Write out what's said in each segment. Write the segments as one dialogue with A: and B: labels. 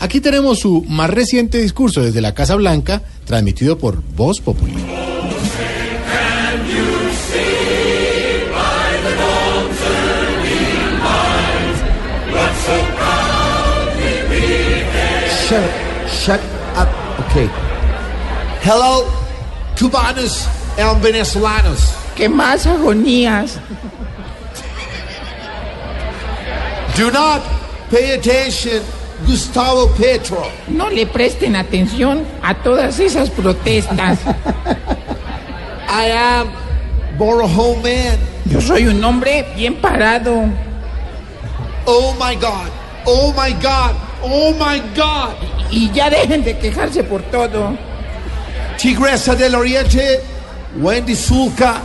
A: Aquí tenemos su más reciente discurso desde la Casa Blanca, transmitido por Voz Populi.
B: Shut, shut up. Okay. Hello, Cubanos and Venezolanos.
C: ¿Qué más agonías?
B: Do not pay attention, Gustavo Petro.
C: No le presten atención a todas esas protestas.
B: I am Borahome man.
C: Yo soy un hombre bien parado.
B: Oh my God. Oh my God. Oh my God.
C: Y ya dejen de quejarse por todo.
B: Tigresa del Oriente, Wendy Zulka,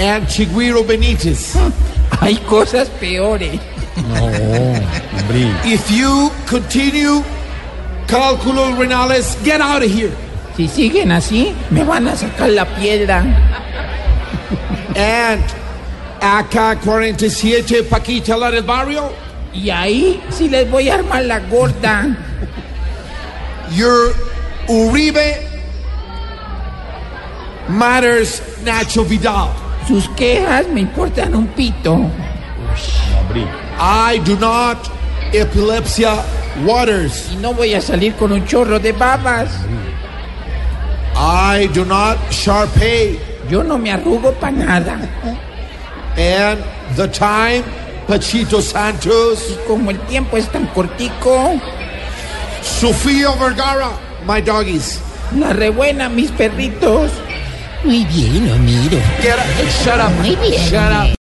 B: and Chiguiro Benitez.
C: Hay cosas peores.
B: If you continue, Cálculo Renales, get out of here.
C: Si siguen así, me van a sacar la piedra.
B: And AK-47 Paquita La del Barrio,
C: Y ahí sí les voy a armar la gorda.
B: your Uribe matters Nacho Vidal.
C: Sus quejas me importan un pito.
B: I do not epilepsia waters.
C: Y no voy a salir con un chorro de babas.
B: I do not Sharpay.
C: Yo no me arrugo para nada.
B: And the time, Pachito Santos.
C: Como el tiempo es tan cortico,
B: Sofia Vergara, my doggies.
C: la rebuena mis perritos.
D: Muy bien, Omiro.
B: Get up. Shut up.
D: Muy bien.
B: Shut up.